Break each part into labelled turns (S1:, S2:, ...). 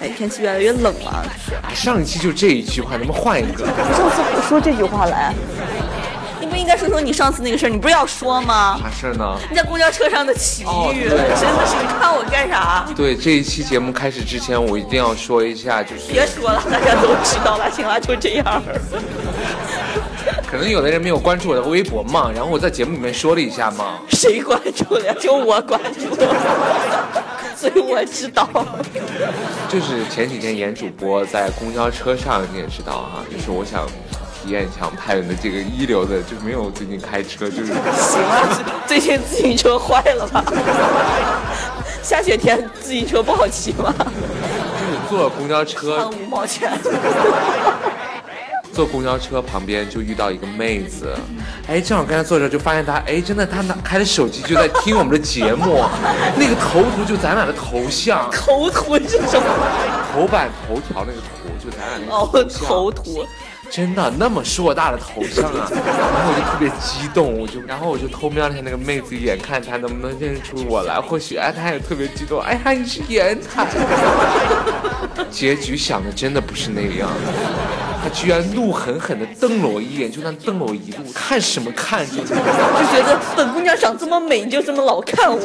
S1: 哎，天气越来越冷了。啊
S2: 啊上一期就这一句话，能不能换一个？
S1: 你上次不说这句话来，你不应该说说你上次那个事儿，你不是要说吗？
S2: 啥事儿呢？
S1: 你在公交车上的奇遇，
S2: 哦对
S1: 真的是你看我干啥？
S2: 对，这一期节目开始之前，我一定要说一下，就是
S1: 别说了，大家都知道了，行了，就这样。
S2: 可能有的人没有关注我的微博嘛，然后我在节目里面说了一下嘛。
S1: 谁关注了？就我关注， 所以我知道。
S2: 就是前几天严主播在公交车上，你也知道啊，就是我想体验一下我们太原的这个一流的，就是没有最近开车，就是
S1: 行啊了，最近自行车坏了吧？下雪天自行车不好骑吗？
S2: 就是坐公交
S1: 换
S2: 车，
S1: 五毛钱。
S2: 坐公交车旁边就遇到一个妹子，哎，正好刚才坐着就发现她，哎，真的她拿开着手机就在听我们的节目， 那个头图就咱俩的头像，
S1: 头图是什么？
S2: 头版头条那个图就咱俩那
S1: 哦，
S2: 个像
S1: 头图。
S2: 真的那么硕大的头像啊！然后我就特别激动，我就然后我就偷瞄了一下那个妹子一眼，看她能不能认出我来。或许哎，她也特别激动，哎呀，你是严凯。结局想的真的不是那个样子，她居然怒狠狠地瞪了我一眼，就那瞪了我一路，看什么看？就
S1: 就觉得本姑娘长这么美，你就这么老看我，
S2: 我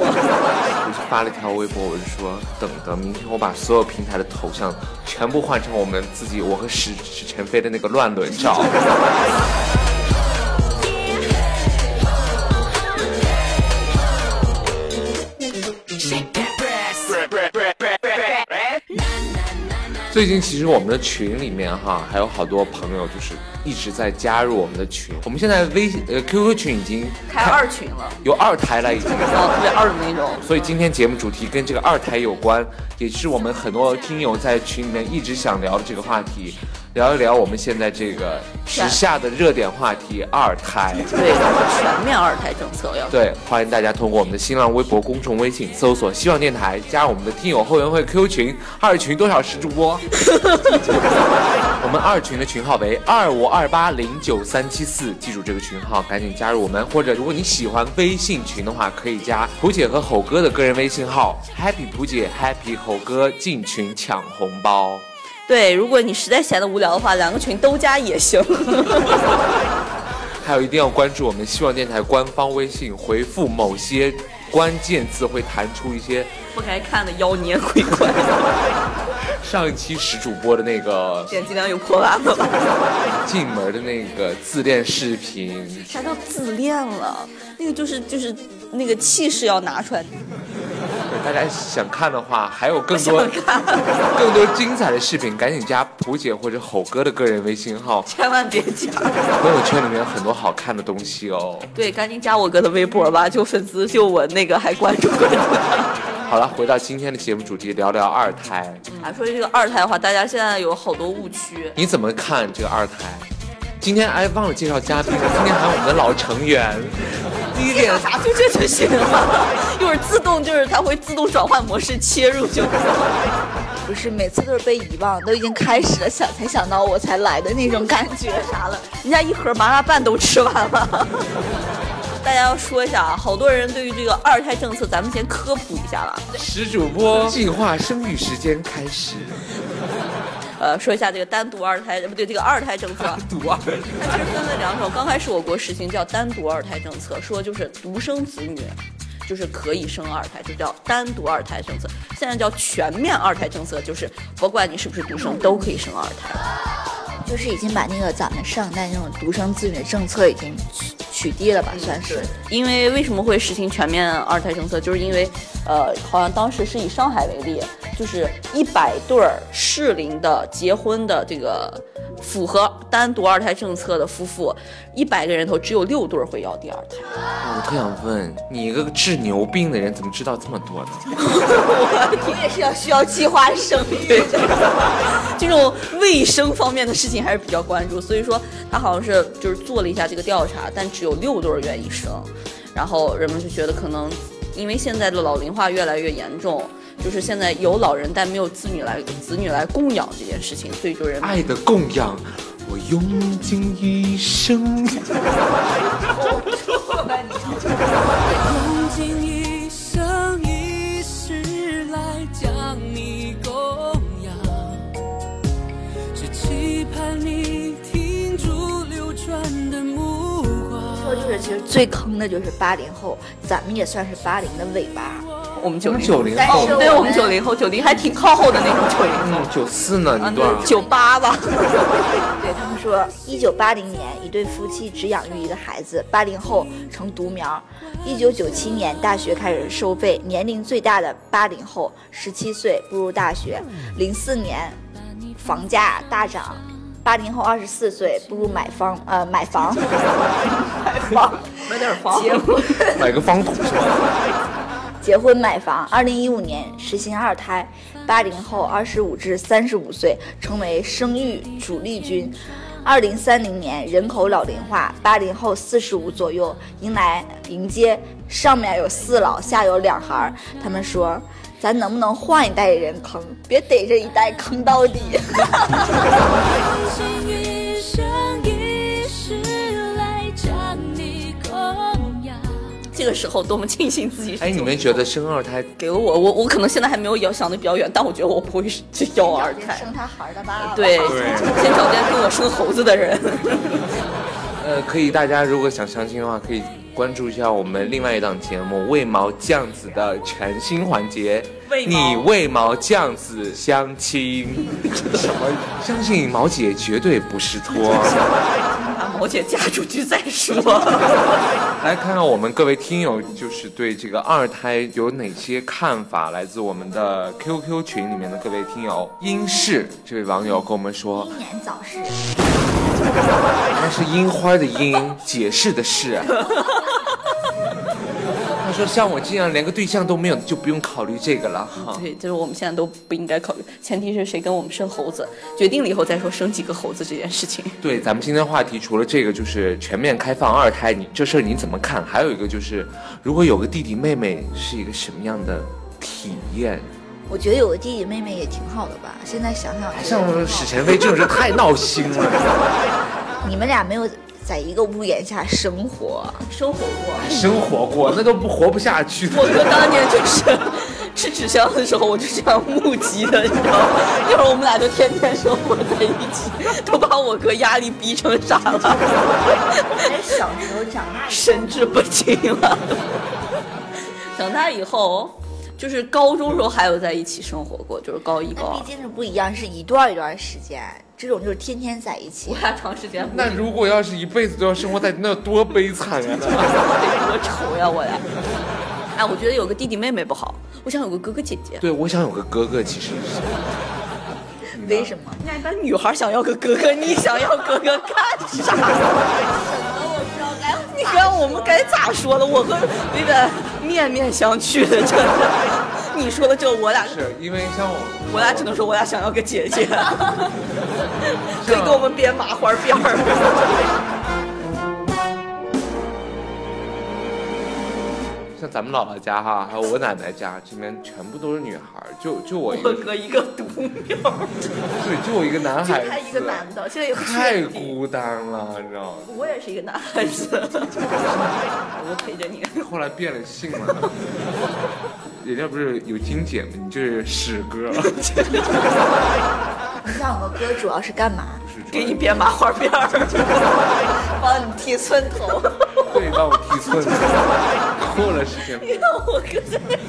S2: 就发了一条微博，我就说等等，明天我把所有平台的头像全部换成我们自己，我和石石晨飞的那个乱伦照。最近其实我们的群里面哈，还有好多朋友就是一直在加入我们的群。我们现在微信呃 QQ 群已经
S1: 开二群了，
S2: 有二台了，已经。
S1: 然后特别二的那种。
S2: 所以今天节目主题跟这个二胎有关，也是我们很多听友在群里面一直想聊的这个话题，聊一聊我们现在这个时下的热点话题二胎。
S1: 对，它是全面二胎政策要。
S2: 对，欢迎大家通过我们的新浪微博、公众微信搜索“希望电台”，加入我们的听友后援会 Q 群，二群多少是主播？ 我们二群的群号为二五二八零九三七四，记住这个群号，赶紧加入我们。或者如果你喜欢微信群的话，可以加蒲姐和吼哥的个人微信号，Happy 蒲姐，Happy 吼哥，进群抢红包。
S1: 对，如果你实在闲得无聊的话，两个群都加也行。
S2: 还有一定要关注我们希望电台官方微信，回复某些关键字会弹出一些
S1: 不该看的妖孽鬼 怪，
S2: 上一期石主播的那个
S1: 点击量有破万了吧？
S2: 进门的那个自恋视频，
S1: 啥叫自恋了？那个就是就是那个气势要拿出来，
S2: 对大家想看的话，还有更
S1: 想
S2: 多
S1: 看，
S2: 更多精彩的视频，赶紧加蒲姐或者吼哥的个人微信号，
S1: 千万别加。
S2: 朋友圈里面有很多好看的东西哦。
S1: 对，赶紧加我哥的微博吧，就粉丝就我那个还关注关注他。
S2: 好了，回到今天的节目主题，聊聊二胎，
S1: 啊，说起这个二胎的话，大家现在有好多误区。
S2: 你怎么看这个二胎？今天哎，忘了介绍嘉宾了，今天还有我们的老成员，第一 点
S1: 干啥就这就行了，一会儿自动就是它会自动转换模式切入就。
S3: 不是每次都是被遗忘，都已经开始了想才想到我才来的那种感觉。
S1: 啥了， 人家一盒麻辣拌都吃完了。 大家要说一下啊，好多人对于这个二胎政策，咱们先科普一下吧。
S2: 石主播计划生育时间开始，
S1: 呃，说一下这个单独二胎，呃不对，这个二胎政策，
S2: 读二胎。
S1: 它其实分为两种。刚开始我国实行叫单独二胎政策，说就是独生子女。就是可以生二胎，就叫单独二胎政策。现在叫全面二胎政策，就是不管你是不是独生，都可以生二胎。
S3: 就是已经把那个咱们上一代那种独生子女的政策已经取取缔了吧，算是。
S1: 因为为什么会实行全面二胎政策，就是因为，呃，好像当时是以上海为例，就是一百对儿适龄的结婚的这个符合单独二胎政策的夫妇，一百个人头只有六对儿会要第二胎。
S2: 哦我特想问你，一个治牛病的人怎么知道这么多呢？
S3: 你也是要需要计划生育。
S1: 对， 这种卫生方面的事情还是比较关注，所以说他好像是就是做了一下这个调查，但只有六对儿愿意生，然后人们就觉得可能因为现在的老龄化越来越严重，就是现在有老人但没有子女来子女来供养这件事情，所以就
S3: 啊
S1: 人们
S2: 爱的供养，我用尽一生。
S4: 用尽一生一世来将你供养，只期盼你停住流转的目
S3: 说
S4: 光。
S3: 就是其实最坑的就是八零后，咱们也算是八零的尾巴。
S1: 我们九零
S2: 九零
S3: 但
S2: 后
S3: 是，
S1: 对我们九零后，九零还挺靠后的那种九零啊后。
S2: 嗯，九四呢？
S1: 啊
S2: 你多少，？
S1: 九八吧，
S3: 对他们说，一九八零年一对夫妻只养育一个孩子，八零后成独苗。一九九七年大学开始收费，年龄最大的八零后十七岁步入大学。零四年房价大涨，八零后二十四岁步入买房，呃买房，买房。
S1: 买点 房。
S2: 买个方土是吧？
S3: 结婚买房。二零一五年实行二胎，八零后二十五至三十五岁成为生育主力军。二零三零年人口老龄化，八零后四十五左右迎来迎接上面有四老，下有两孩儿。他们说，咱能不能换一代人坑，别逮这一代坑到底？
S4: 用尽一生一世来将你供养。
S1: 这个时候多么庆幸自己是
S2: 哎，你们觉得生二胎
S1: 给了我，我我可能现在还没有遥想的比较远，但我觉得我不会去要二胎。
S3: 生他孩儿的吧？
S1: 呃对，
S2: 对
S1: 先找见跟我生猴子的人。
S2: 呃，可以，大家如果想相亲的话，可以关注一下我们另外一档节目《为毛酱子》的全新环节
S1: 为。毛
S2: 你为毛酱子相亲？ 什么？相信毛姐绝对不是托。
S1: 把毛姐嫁出去再说。
S2: 来看看我们各位听友，就是对这个二胎有哪些看法？来自我们的 QQ 群里面的各位听友，英式这位网友跟我们说，哎
S3: 英年早逝。
S2: 那是樱花的樱，解释的是。 他说：“像我这样连个对象都没有，就不用考虑这个了哈。
S1: 对，就是我们现在都不应该考虑，前提是谁跟我们生猴子，决定了以后再说生几个猴子这件事情。”
S2: 对，咱们今天话题除了这个，就是全面开放二胎，你这事儿你怎么看？还有一个就是，如果有个弟弟妹妹，是一个什么样的体验？
S3: 我觉得有个弟弟妹妹也挺好的吧。现在想想，
S2: 哎像史前飞这种人太闹心了，
S3: 你们俩没有在一个屋檐下生活。
S1: 生活过，
S2: 生活过那都不活不下去的
S1: 我。哥当年就是吃纸箱的时候，我就这样目击的，你知道吗？那会儿我们俩就天天生活在一起，都把我哥压力逼成啥了。
S3: 还是小时候长大以后
S1: 神志不清了。 长大以后，就是高中时候还有在一起生活过，就是高一高
S3: 那
S1: 二
S3: 哎毕，竟是不一样，是一段儿一段儿时间。这种就是天天在一起
S1: 我，俩长时间不
S2: 那如果要是一辈子都要生活在那，多悲惨啊！
S1: 得多愁呀，我俩。哎，我觉得有个弟弟妹妹不好，我想有个哥哥姐姐。
S2: 对，我想有个哥哥，其实是。
S3: 为什么？
S1: 那一般女孩想要个哥哥，你想要哥哥干啥？哎你看我们该咋说了？我和那个面面相觑的，真的。你说的这，我俩
S2: 是因为像我。
S1: 我俩只能说，我俩想要个姐 姐，可以给我们编麻花辫儿。
S2: 像咱们姥姥家哈，还有我奶奶家这边全部都是女孩儿，就就我一
S1: 我
S2: 个，
S1: 哥一个独苗，
S2: 对，就我一个男孩
S1: 他一个
S2: 子，
S1: 男的，现在有个
S2: 太
S1: 弟弟
S2: 孤单了，你知道吗？
S1: 我也是一个男孩子， 我陪着你。
S2: 后来变了性了， 人家不是有金姐吗？你就是屎 哥，
S3: 你像我哥主要是干嘛？
S1: 给你编麻花辫儿，帮你剃寸头。
S2: 对，以把我踢寸子，过了时间。
S3: 让我 哥在那儿，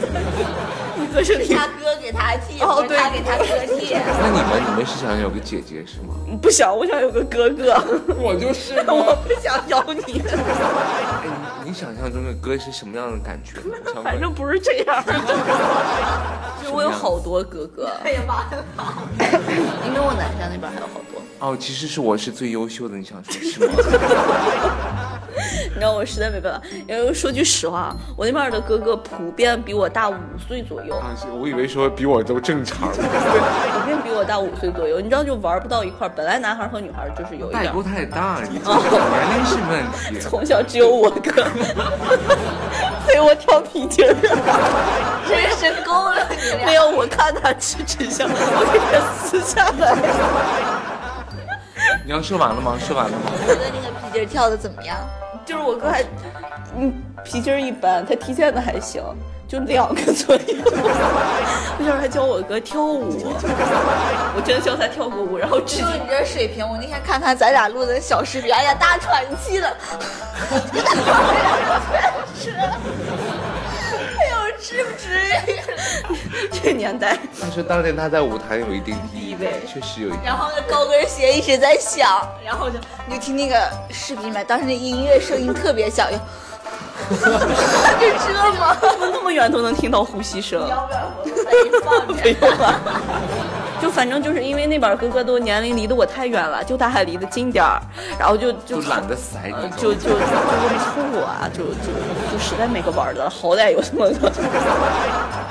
S3: 你哥是
S1: 啊
S5: 他哥给他剃，
S3: 哦
S5: 不是他
S3: 对
S5: 给他哥 剃。
S2: 那你们你们是想有个姐姐是吗？
S1: 不想，我想有个哥哥，
S2: 我就是
S1: 我不想咬你，
S2: 哎，你你想象中的哥是什么样的感觉呢？我想问
S1: 反正不是这样的。 就我有好多哥哥，
S5: 哎呀妈呀！
S3: 因为我南山那边还有好 多。
S2: 哦，其实是我是最优秀的，你想说是吗？
S1: 你知道我实在没办法。因为说句实话，我那边的哥哥普遍比我大五岁左右，
S2: 啊，是我以为说比我都正常。
S1: 普遍比我大五岁左右。你知道就玩不到一块儿，本来男孩和女孩就是有一
S2: 代
S1: 点
S2: 沟。太大，你这个年龄是问题。
S1: 从小只有我哥， 所以我挑皮筋儿。
S5: 这个身高
S3: 啊
S5: 了，你俩
S1: 没有，我看他吃吃相，我给他撕下来。
S2: 你要说完了吗？说完了吗？
S3: 你觉得那个皮筋儿跳的怎么样？
S1: 就是我哥还，嗯，皮筋儿一般，他踢毽子还行，就两个左右。 那时候还教我哥跳舞，我真的教他跳过舞，然后直
S3: 就
S1: 接
S3: 你这水平，我那天看他咱俩录的小视频，哎呀，大喘气了。 哎呦，值不值呀？
S1: 这个年代，
S2: 他说当年他在舞坛有一定地位，确实有一定。
S3: 然后那高跟鞋一直在响，然后就你就听那个视频嘛，当时那音乐声音特别小， 就就这吗？
S1: 那么远都能听到呼吸声。
S3: 要不要我给你放着？
S1: 不用了。 就反正就是因为那边哥哥都年龄离得我太远了，就他还离得近点儿，然后就就
S2: 就懒得塞
S1: 呃
S2: 你
S1: 就就就就这么凑合啊，就就就实在没个玩儿的了，好歹有这么个。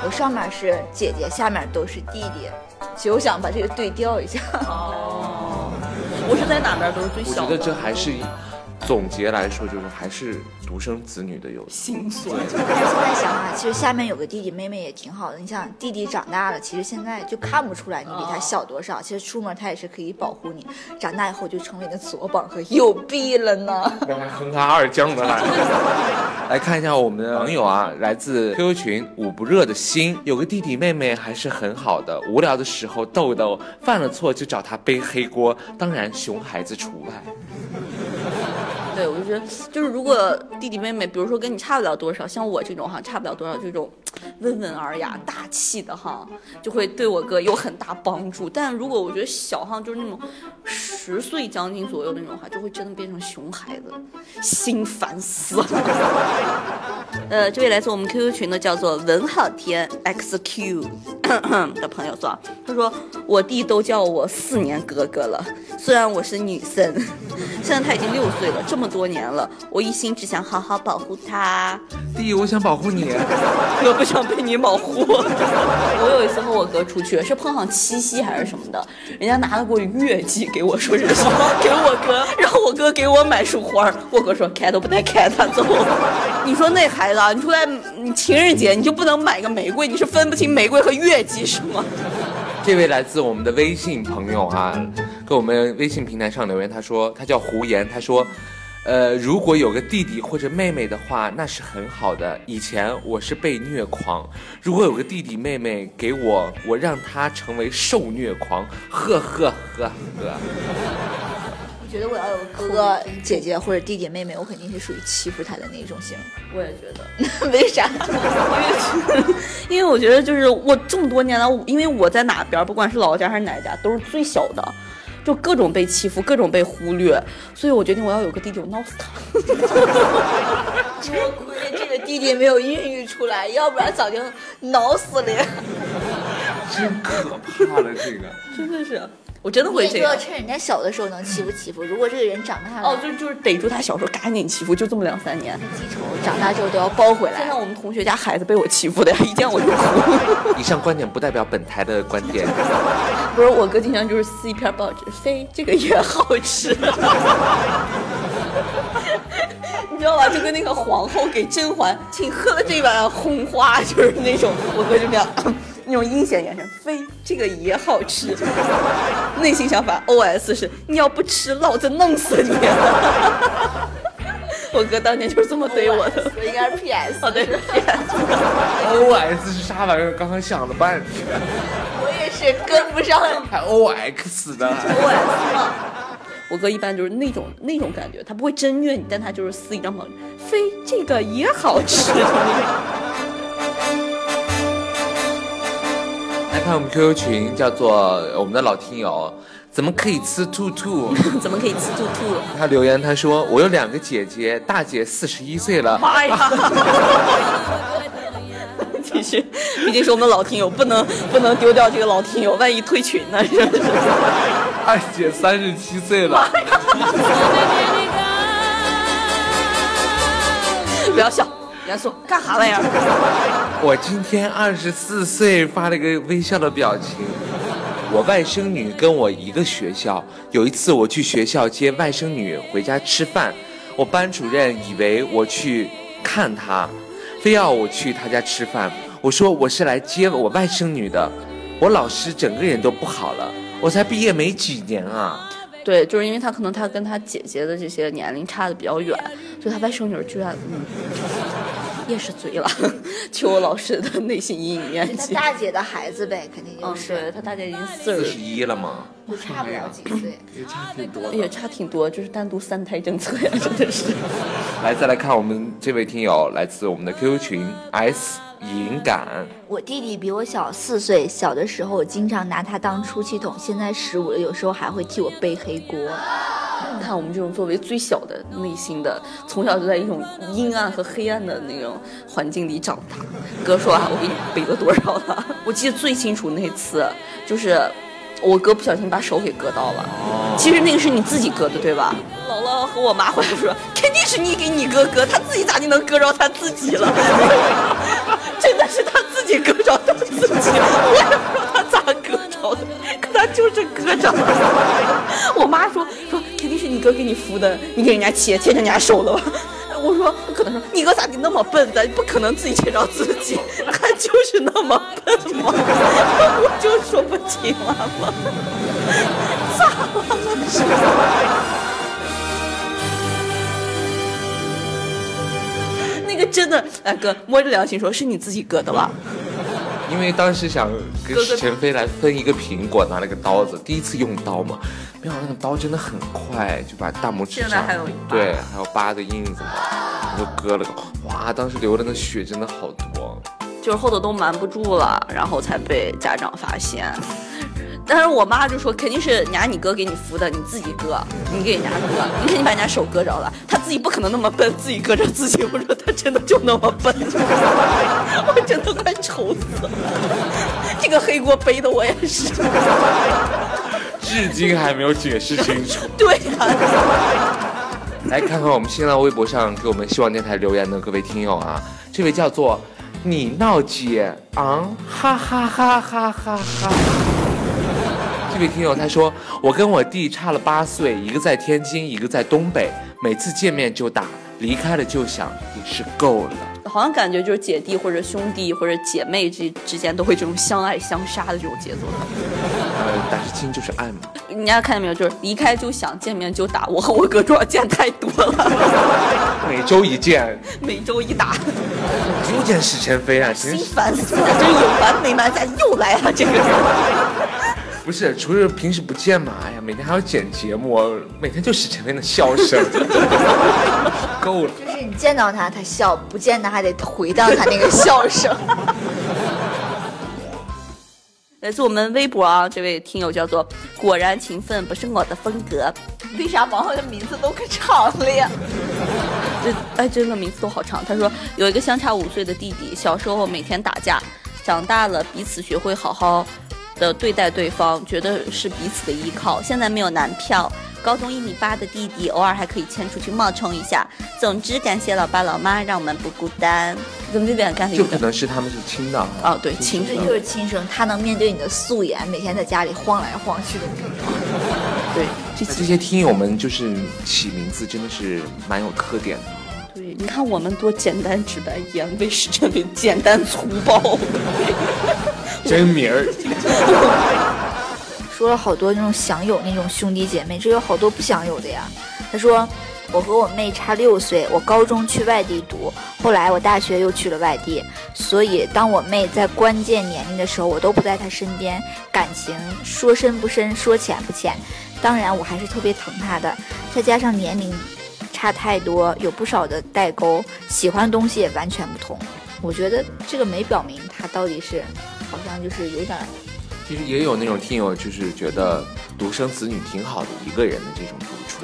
S3: 我上面是姐姐，下面都是弟弟，其实我想把这个对调一下。
S1: 哦， 我是在哪边都是最
S2: 我
S1: 小
S2: 觉
S1: 的
S2: 得，这还是总结来说，就是还是独生子女的优势。
S1: 心酸。
S3: 但是现在想啊，其实下面有个弟弟妹妹也挺好的。你想，弟弟长大了，其实现在就看不出来你比他小多少。其实出门他也是可以保护你，长大以后就成为你的左膀和右臂了呢。
S2: 那还哼哈二将的来。 来看一下我们的网友啊，来自 QQ 群捂不热的心，有个弟弟妹妹还是很好的，无聊的时候逗逗，犯了错就找他背黑锅，当然熊孩子除外。
S1: 对，我就觉得，就是如果弟弟妹妹，比如说跟你差不了多少，像我这种哈，差不了多少这种温文尔雅、大气的哈，就会对我哥有很大帮助。但如果我觉得小哈，就是那种十岁将近左右的那种哈，就会真的变成熊孩子，心烦死了。呃，这位来自我们 QQ 群的叫做文昊天 XQ 咳咳 的朋友说啊，他说我弟都叫我四年哥哥了，虽然我是女生， 现在他已经六岁了，这么多年了，我一心只想好好保护他，
S2: 弟，我想保护你。
S1: 哥不想被你保护。 我有一次和我哥出去，是碰上七夕还是什么的，人家拿了过月季给我说是什么，给我哥，让我哥给我买束花儿，我哥说开都不带开的，走。 你说那孩子，啊，你出来你情人节你就不能买个玫瑰？你是分不清玫瑰和月季是吗？
S2: 这位来自我们的微信朋友啊，跟我们微信平台上留言，他说他叫胡言，他说，呃，如果有个弟弟或者妹妹的话，那是很好的。以前我是被虐狂，如果有个弟弟妹妹给我，我让他成为受虐狂，呵呵呵呵。
S3: 我觉得我要有哥哥、姐姐或者弟弟妹妹，我肯定是属于欺负他的那种型。
S1: 我也觉得。
S3: 为啥？
S1: 因为我觉得就是我这么多年来，我因为我在哪边儿，不管是老家还是哪家，都是最小的，就各种被欺负，各种被忽略，所以我决定我要有个弟弟，我闹死他。
S3: 我估计这个弟弟没有孕育出来，要不然早就挠死了呀。
S2: 怕了这个，
S1: 真的是，我真的会
S3: 你
S1: 这
S3: 就要
S1: 样。
S3: 趁人家小的时候能欺负欺负，如果这个人长大了，
S1: 哦，就就是逮住他小时候赶紧欺负，就这么两三年。
S3: 记仇，长大之后都要包回
S1: 嗯就
S3: 来。
S1: 像我们同学家孩子被我欺负的呀，一见我就哭。
S2: 以上观点不代表本台的观点。
S1: 不是我哥经常就是撕一片报纸飞，这个也好吃。 你知道吧？就跟那个皇后给甄嬛，请喝了这碗红花，就是那种我哥就那样那种阴险眼神，飞这个也好吃。内心想法 OS 是：你要不吃，老子弄死你！ 我哥当年就是这么怼我的。
S3: 我应该是 PS。
S1: 哦，对，
S2: O S 是啥玩意儿？刚刚想了半天，
S3: 我也是跟不上。
S2: 还 O X 的。
S1: OS 嘛。我哥一般就是那种那种感觉，他不会真虐你，但他就是撕一张旁边，非这个也好 吃。
S2: 来看我们 QQ 群，叫做呃我们的老听友，怎么可以吃兔兔？
S1: 怎么可以吃兔兔？
S2: 他留言他说我有两个姐姐，大姐四十一岁了，
S1: 妈呀！ 其实，毕竟是我们的老听友，不能不能丢掉这个老听友，万一退群呢？ 是不是？
S2: 二姐三十七岁了，
S1: 不要笑，严肃，干啥玩意儿？
S2: 我今天二十四岁，发了个微笑的表情。我外甥女跟我一个学校，有一次我去学校接外甥女回家吃饭，我班主任以为我去看她，非要我去她家吃饭。我说我是来接我外甥女的，我老师整个人都不好了。我才毕业没几年啊，
S1: 对，就是因为他可能他跟他姐姐的这些年龄差的比较远，所以他外甥女儿居然嗯，也是醉了， 求我老师的内心阴影面
S3: 他
S1: 积。
S3: 大姐的孩子呗，肯定就
S1: 嗯，对
S3: 是，
S1: 他大姐已经四
S2: 四
S1: 十
S2: 十，一了吗？
S3: 就差不了几岁。
S2: 也差挺多
S1: 也哎差挺多，就是单独三胎政策呀，真的是。
S2: 来，再来看我们这位听友，来自我们的 QQ 群 S 银感。
S3: 我弟弟比我小四岁，小的时候我经常拿他当出气筒，现在十五了，有时候还会替我背黑锅。
S1: 看我们这种作为最小的内心的，从小就在一种阴暗和黑暗的那种环境里长大。哥说啊，我给你背了多少了？ 我记得最清楚那次，就是我哥不小心把手给割到了。其实那个是你自己割的，对吧？姥姥和我妈回来说，肯定是你给你哥割，他自己咋就能割着他自己了？ 真的是他自己割着他自己，我也不知道他咋割着的，可他就是割着了。我妈说说肯定是你哥给你敷的，你给人家切切人家手了吧？我说不可能说你哥咋就那么笨的，不可能自己切着自己，他就是那么笨嘛， 我就说不清了 嘛。那个真的，哎哥摸着良心说，是你自己割的吧？
S2: 因为当时想跟
S1: 哥哥
S2: 陈飞来分一个苹果，拿了个刀子，第一次用刀嘛，没想到那个刀真的很快，就把大拇指
S1: 现在
S2: 上
S1: 还有一疤
S2: 对还有疤的印子嘛，我就割了个，哇，当时流的那血真的好多，
S1: 就是后头都瞒不住了，然后才被家长发现。但是我妈就说，肯定是人家你哥给你敷的，你自己割，你给人家割，你肯定把人家手割着了，他自己不可能那么笨，自己割着自己。我说他真的就那么笨， 我真的快愁死了。这个黑锅背的我也是，
S2: 至今还没有解释清楚。
S1: 对呀、
S2: 来看看我们新浪微博上给我们希望电台留言的各位听友啊，这位叫做你闹姐昂、哈哈哈哈哈哈。这位听友他说，我跟我弟差了八岁，一个在天津，一个在东北，每次见面就打，离开了就想，也是够了。
S1: 好像感觉就是姐弟或者兄弟或者姐妹之之间都会这种相爱相杀的这种节奏。
S2: 呃，打是亲就是爱嘛。
S1: 人家看见没有，就是离开就想见面就打。我和我哥撞见太多了，
S2: 每周一见，
S1: 每周一打，
S2: 又见是陈飞啊，真
S1: 心
S2: 是。
S1: 烦死了，真有完没完，咋又来了这个人？
S2: 不是，除了平时不见嘛，哎呀，每天还要剪节目，每天就是陈飞的笑声， 够了。
S3: 就是你见到他，他笑；不见他，还得回荡他那个笑声。
S1: 来自我们微博啊，这位听友叫做“果然勤奋不是我的风格
S5: 为啥王后的名字都可长了呀？”，
S1: 这哎真的名字都好长。他说有一个相差五岁的弟弟，小时候每天打架，长大了彼此学会好好的对待对方，觉得是彼此的依靠。现在没有男票，高中一米八的弟弟偶尔还可以牵出去冒充一下。总之，感谢老爸老妈，让我们不孤单。怎么这边感谢
S2: 就可能是他们是亲的啊
S1: 哦，对，亲
S3: 这
S1: 生
S3: 就是亲生，他能面对你的素颜，每天在家里晃来晃去的那种。
S1: 对，这
S2: 那这
S1: 期
S2: 些听友们就是起名字真的是蛮有特点的。
S1: 对，你看我们多简单直白，言为是真为简单粗暴。
S2: 真名儿，
S3: 说了好多那种想有那种兄弟姐妹，这有好多不想有的呀。他说，我和我妹差六岁，我高中去外地读，后来我大学又去了外地，所以当我妹在关键年龄的时候，我都不在她身边，感情说深不深，说浅不浅。当然，我还是特别疼他的，再加上年龄差太多，有不少的代沟，喜欢的东西也完全不同。我觉得这个没表明他到底是，好像就是有点儿
S2: 其实也有那种听友就是觉得独生子女挺好的，一个人的这种独处。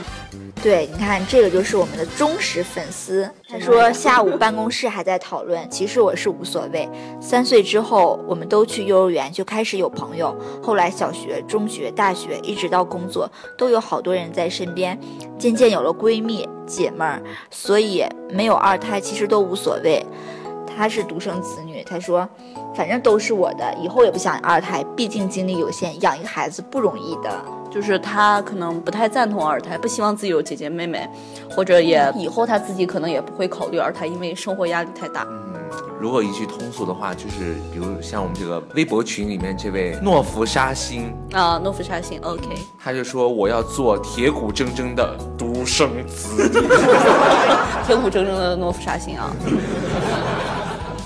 S3: 对，你看这个就是我们的忠实粉丝。他说下午办公室还在讨论，其实我是无所谓。三岁之后，我们都去幼儿园就开始有朋友，后来小学、中学、大学，一直到工作，都有好多人在身边，渐渐有了闺蜜、姐妹儿，所以没有二胎其实都无所谓。他是独生子女，他说，反正都是我的，以后也不想二胎，毕竟精力有限，养一个孩子不容易的。
S1: 就是他可能不太赞同二胎，不希望自己有姐姐妹妹，或者也以后他自己可能也不会考虑二胎，因为生活压力太大。
S2: 如果一句通俗的话，就是比如像我们这个微博群里面这位诺福沙星，
S1: 啊，诺夫沙星，OK，
S2: 他就说我要做铁骨铮铮的独生子女。
S1: 铁骨铮铮的诺夫沙星啊。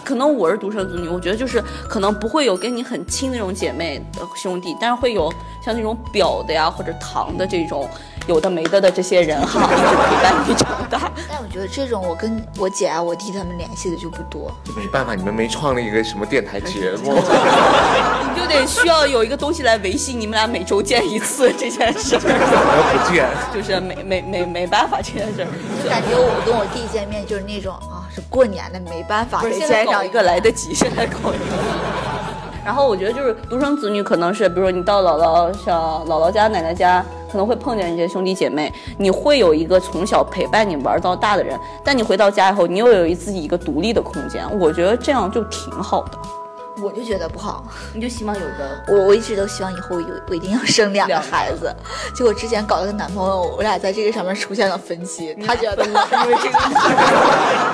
S1: 可能我是独生子女，我觉得就是可能不会有跟你很亲那种姐妹、呃兄弟，但是会有像那种表的呀或者堂的这种有的没的的这些人哈， 一直陪伴你长大。
S3: 但我觉得这种我跟我姐啊、我弟他们联系的就不多。
S2: 没办法，你们没创立一个什么电台节目，
S1: 你就得需要有一个东西来维系你们俩每周见一次 这件事儿，
S2: 我要不见。
S1: 就是没没没没办法这件事儿。
S3: 就感觉我跟我弟见面就是那种啊，是过年的，没办法，
S1: 不是
S3: 得
S1: 现在
S3: 先
S1: 搞
S3: 找
S1: 一个。来得及， 现在搞一个。然后我觉得就是独生子女，可能是比如说你到姥姥像姥姥家、奶奶家，可能会碰见一些兄弟姐妹，你会有一个从小陪伴你玩到大的人，但你回到家以后，你又有一自己一个独立的空间，我觉得这样就挺好 的。
S3: 我就觉得不好，
S1: 你就希望有个
S3: 我我一直都希望以后有我一定要生两个
S1: 两个
S3: 孩子。结果之前搞了个男朋友，我俩在这个上面出现了分歧，他觉得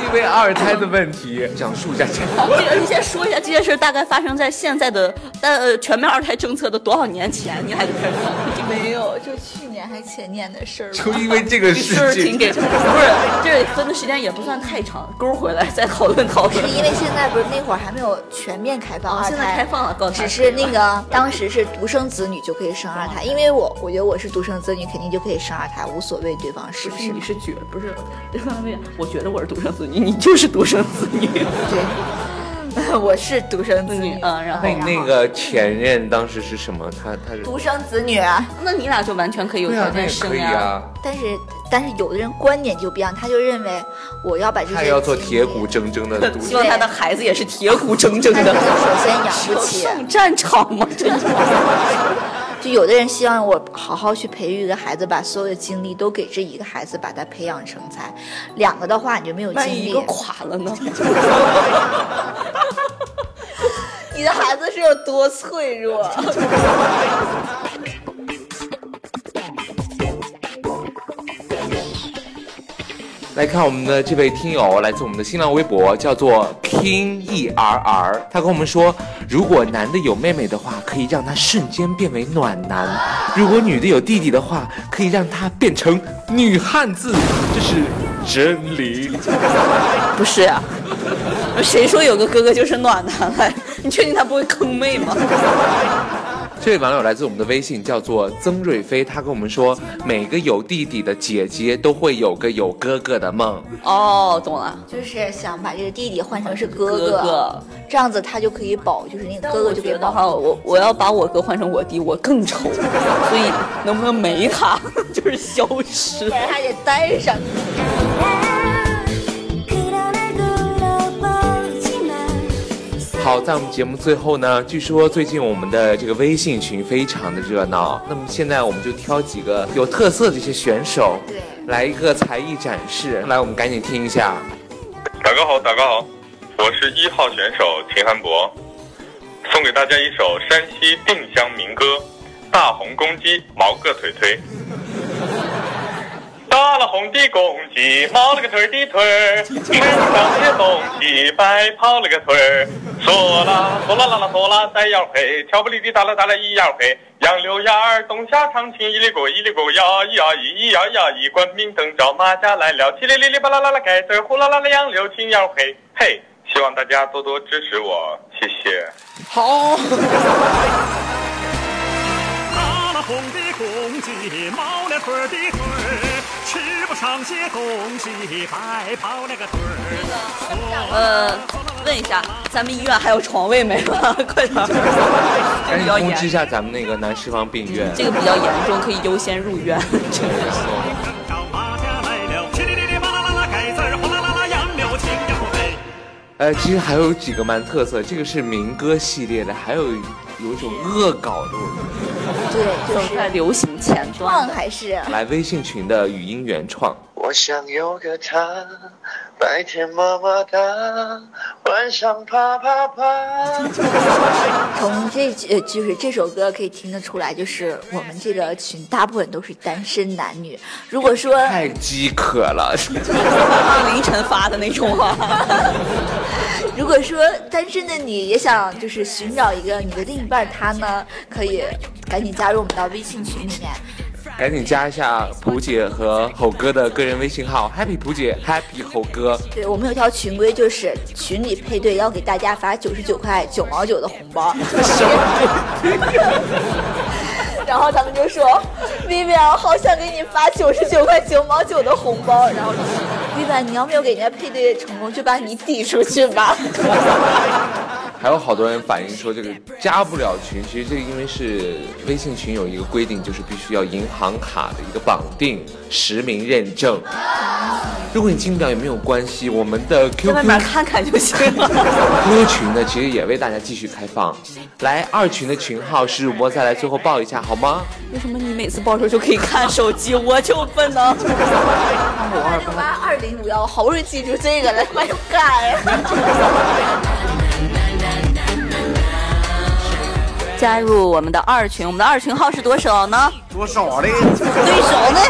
S2: 因为二胎的问题，讲述一下这个。
S1: 这个你先说一下这件事儿大概发生在现在的但呃全面二胎政策的多少年前？你还开始
S3: 没有，就去年还前年的事儿吧
S2: 就。因为这个
S1: 就是
S2: 事
S1: 挺
S2: 情，
S1: 给，不是这分的时间也不算太长，勾回来再讨论讨
S3: 是
S1: 论。啊
S3: 因为现在不是那会儿还没有全面开放二
S1: 哦
S3: 胎，
S1: 现在开放了，啊告诉
S3: 只是那个当时是独生子女就可以生二胎，因为我我觉得我是独生子女，肯定就可以生二胎，无所谓对方是不是
S1: 你是觉不是？我觉得我是独生子女，你就是独生子女。
S3: 对， 我是独生子女
S1: 嗯，然后
S2: 那那个前任当时是什么？他他是
S3: 独生子女啊，
S1: 那你俩就完全可以有
S2: 对
S1: 条
S2: 啊，那
S1: 件
S2: 也
S1: 生
S2: 可以
S1: 呀。
S2: 啊。
S3: 但是但是有的人观点就不一样，他就认为我要把这些
S2: 他也要做
S3: 精力
S2: 铁骨，铮铮 的独
S1: 希
S2: 生。
S1: 望他的孩子也是铁骨铮铮
S3: 他可能
S1: 的。
S3: 首先养不起，
S1: 上战场 吗？这种
S3: 就有的人希望我好好去培育一个孩子，把所有的精力都给这一个孩子，把他培养成才。两个的话，你就没有精
S1: 万一一
S3: 力
S1: 个。垮了呢？
S3: 你的孩子是有多脆弱？
S2: 来看我们的这位听友，来自我们的新浪微博，叫做 King E R R，他跟我们说，如果男的有妹妹的话，可以让他瞬间变为暖男；如果女的有弟弟的话，可以让他变成女汉子，这是真理。
S1: 不是呀、谁说有个哥哥就是暖男来？ 你确定他不会坑妹吗？
S2: 这位网友来自我们的微信，叫做曾瑞飞，他跟我们说，每个有弟弟的姐姐都会有个有哥哥的梦。
S1: 哦，懂了。
S3: 就是想把这个弟弟换成是哥
S1: 哥哥，
S3: 这样子他就可以保，就是那个哥哥就可以
S1: 觉得
S3: 保
S1: 哈，我我要把我哥换成我弟，我更丑，所以能不能没他， 就是消失
S3: 不。然还得待上。
S6: 그러나 돌아보지만
S2: 好，在我们节目最后呢，据说最近我们的这个微信群非常的热闹，那么现在我们就挑几个有特色的一些选手，
S3: 对
S2: 来一个才艺展示。来，我们赶紧听一下。
S7: 打个好，打个好，我是一号选手秦汉博，送给大家一首山西定襄民歌《大红公鸡毛个腿腿》。大了红的公鸡，毛了个腿儿的腿儿，身上的东西白跑了个腿儿。嗦啦嗦啦啦啦嗦啦，三腰嘿，跳不离的哒啦哒啦一腰嘿，杨柳丫儿冬下长青一里果一里果摇一摇一一摇摇一，关明灯照马家来了，叽里哩哩吧啦啦啦盖子儿呼啦啦啦杨柳青腰嘿嘿，希望大家多多支持我，谢谢。
S2: 好，
S8: 大了红的公
S6: 公鸡毛了腿儿的腿儿，吃不上些公鸡白跑了个腿儿。
S1: 呃，问一下，咱们医院还有床位没了？ 快点儿，这
S2: 赶紧
S1: 个比较
S2: 通知一
S1: 严，
S2: 下咱们那个南十方病院。
S1: 嗯这个比较严重，可以优先入院。
S6: 正找马家来了，哩哩哩巴啦啦啦，改字儿哗啦啦啦，杨柳青呀不美。
S2: 呃，其实还有几个蛮特色，这个是民歌系列的，还有有一种恶搞的，我觉得
S3: 对，就
S1: 走在
S3: 是
S1: 流行前
S3: 忘
S1: 端，
S3: 还是
S2: 来微信群的语音原创。
S8: 我想有个他，白天么么哒，晚上啪啪啪。
S3: 从这呃，就是这首歌可以听得出来，就是我们这个群大部分都是单身男女。如果说
S2: 太饥渴了，
S1: 凌晨发的那种啊。
S3: 如果说单身的你也想就是寻找一个你的另一半，他呢可以赶紧加入我们到微信群里面。
S2: 赶紧加一下蒲姐和猴哥的个人微信号，Happy 蒲姐，Happy 猴哥。
S3: 对我们有条群规，就是群里配对要给大家发九十九块九毛九的红包。 然后他们就说：“Vivian，好想给你发九十九块九毛九的红包。”然后，Vivian，你要没有给人家配对成功，就把你抵出去吧。
S2: 还有好多人反映说这个加不了群，其实这个因为是微信群有一个规定，就是必须要银行卡的一个绑定、实名认证。如果你进不了也没有关系，我们的
S1: 在
S2: QQ
S1: 外面看看就行了。
S2: QQ 群呢，其实也为大家继续开放。来，二群的群号是主播再来最后报一下好吗？
S1: 为什么你每次报仇就可以看手机，我就不能？
S3: 六八二零五幺，好不容易记住这个了，他妈又改
S1: 加入我们的二群，我们的二群号是多少呢？
S9: 多少嘞？
S1: 对手呢？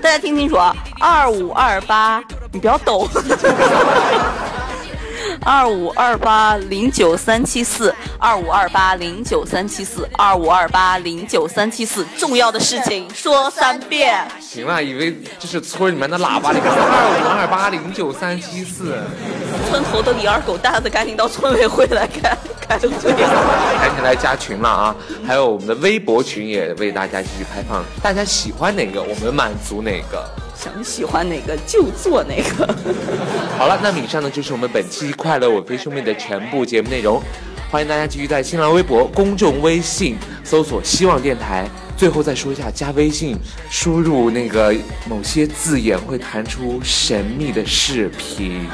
S1: 大家听清楚啊，二五二八，你不要抖。二五二八零九三七四，二五二八零九三七四，二五二八零九三七四，重要的事情说三遍。
S2: 行了，以为这是村里面的喇叭里面二五二八零九三七四，
S1: 村头的李二狗蛋子赶紧到村委会来开开个会了。
S2: 赶紧来加群了啊！还有我们的微博群也为大家继续开放，大家喜欢哪个我们满足哪个。
S1: 想喜欢哪个就做哪个。
S2: 好了，那么以上呢就是我们本期《快乐我非兄妹》的全部节目内容。欢迎大家继续在新浪微博、公众微信搜索“希望电台”。最后再说一下，加微信，输入那个某些字眼会弹出神秘的视频，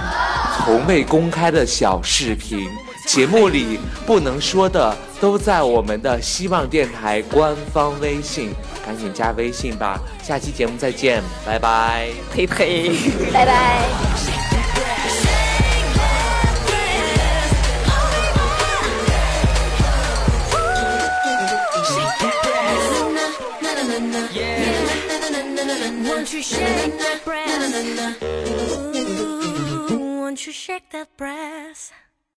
S2: 从未公开的小视频，节目里不能说的都在我们的希望电台官方微信，赶紧加微信吧。下期节目再见，拜拜。
S1: 呸呸。
S3: 拜拜。
S4: Want you shake that breath. Ooh, want you shake that breath.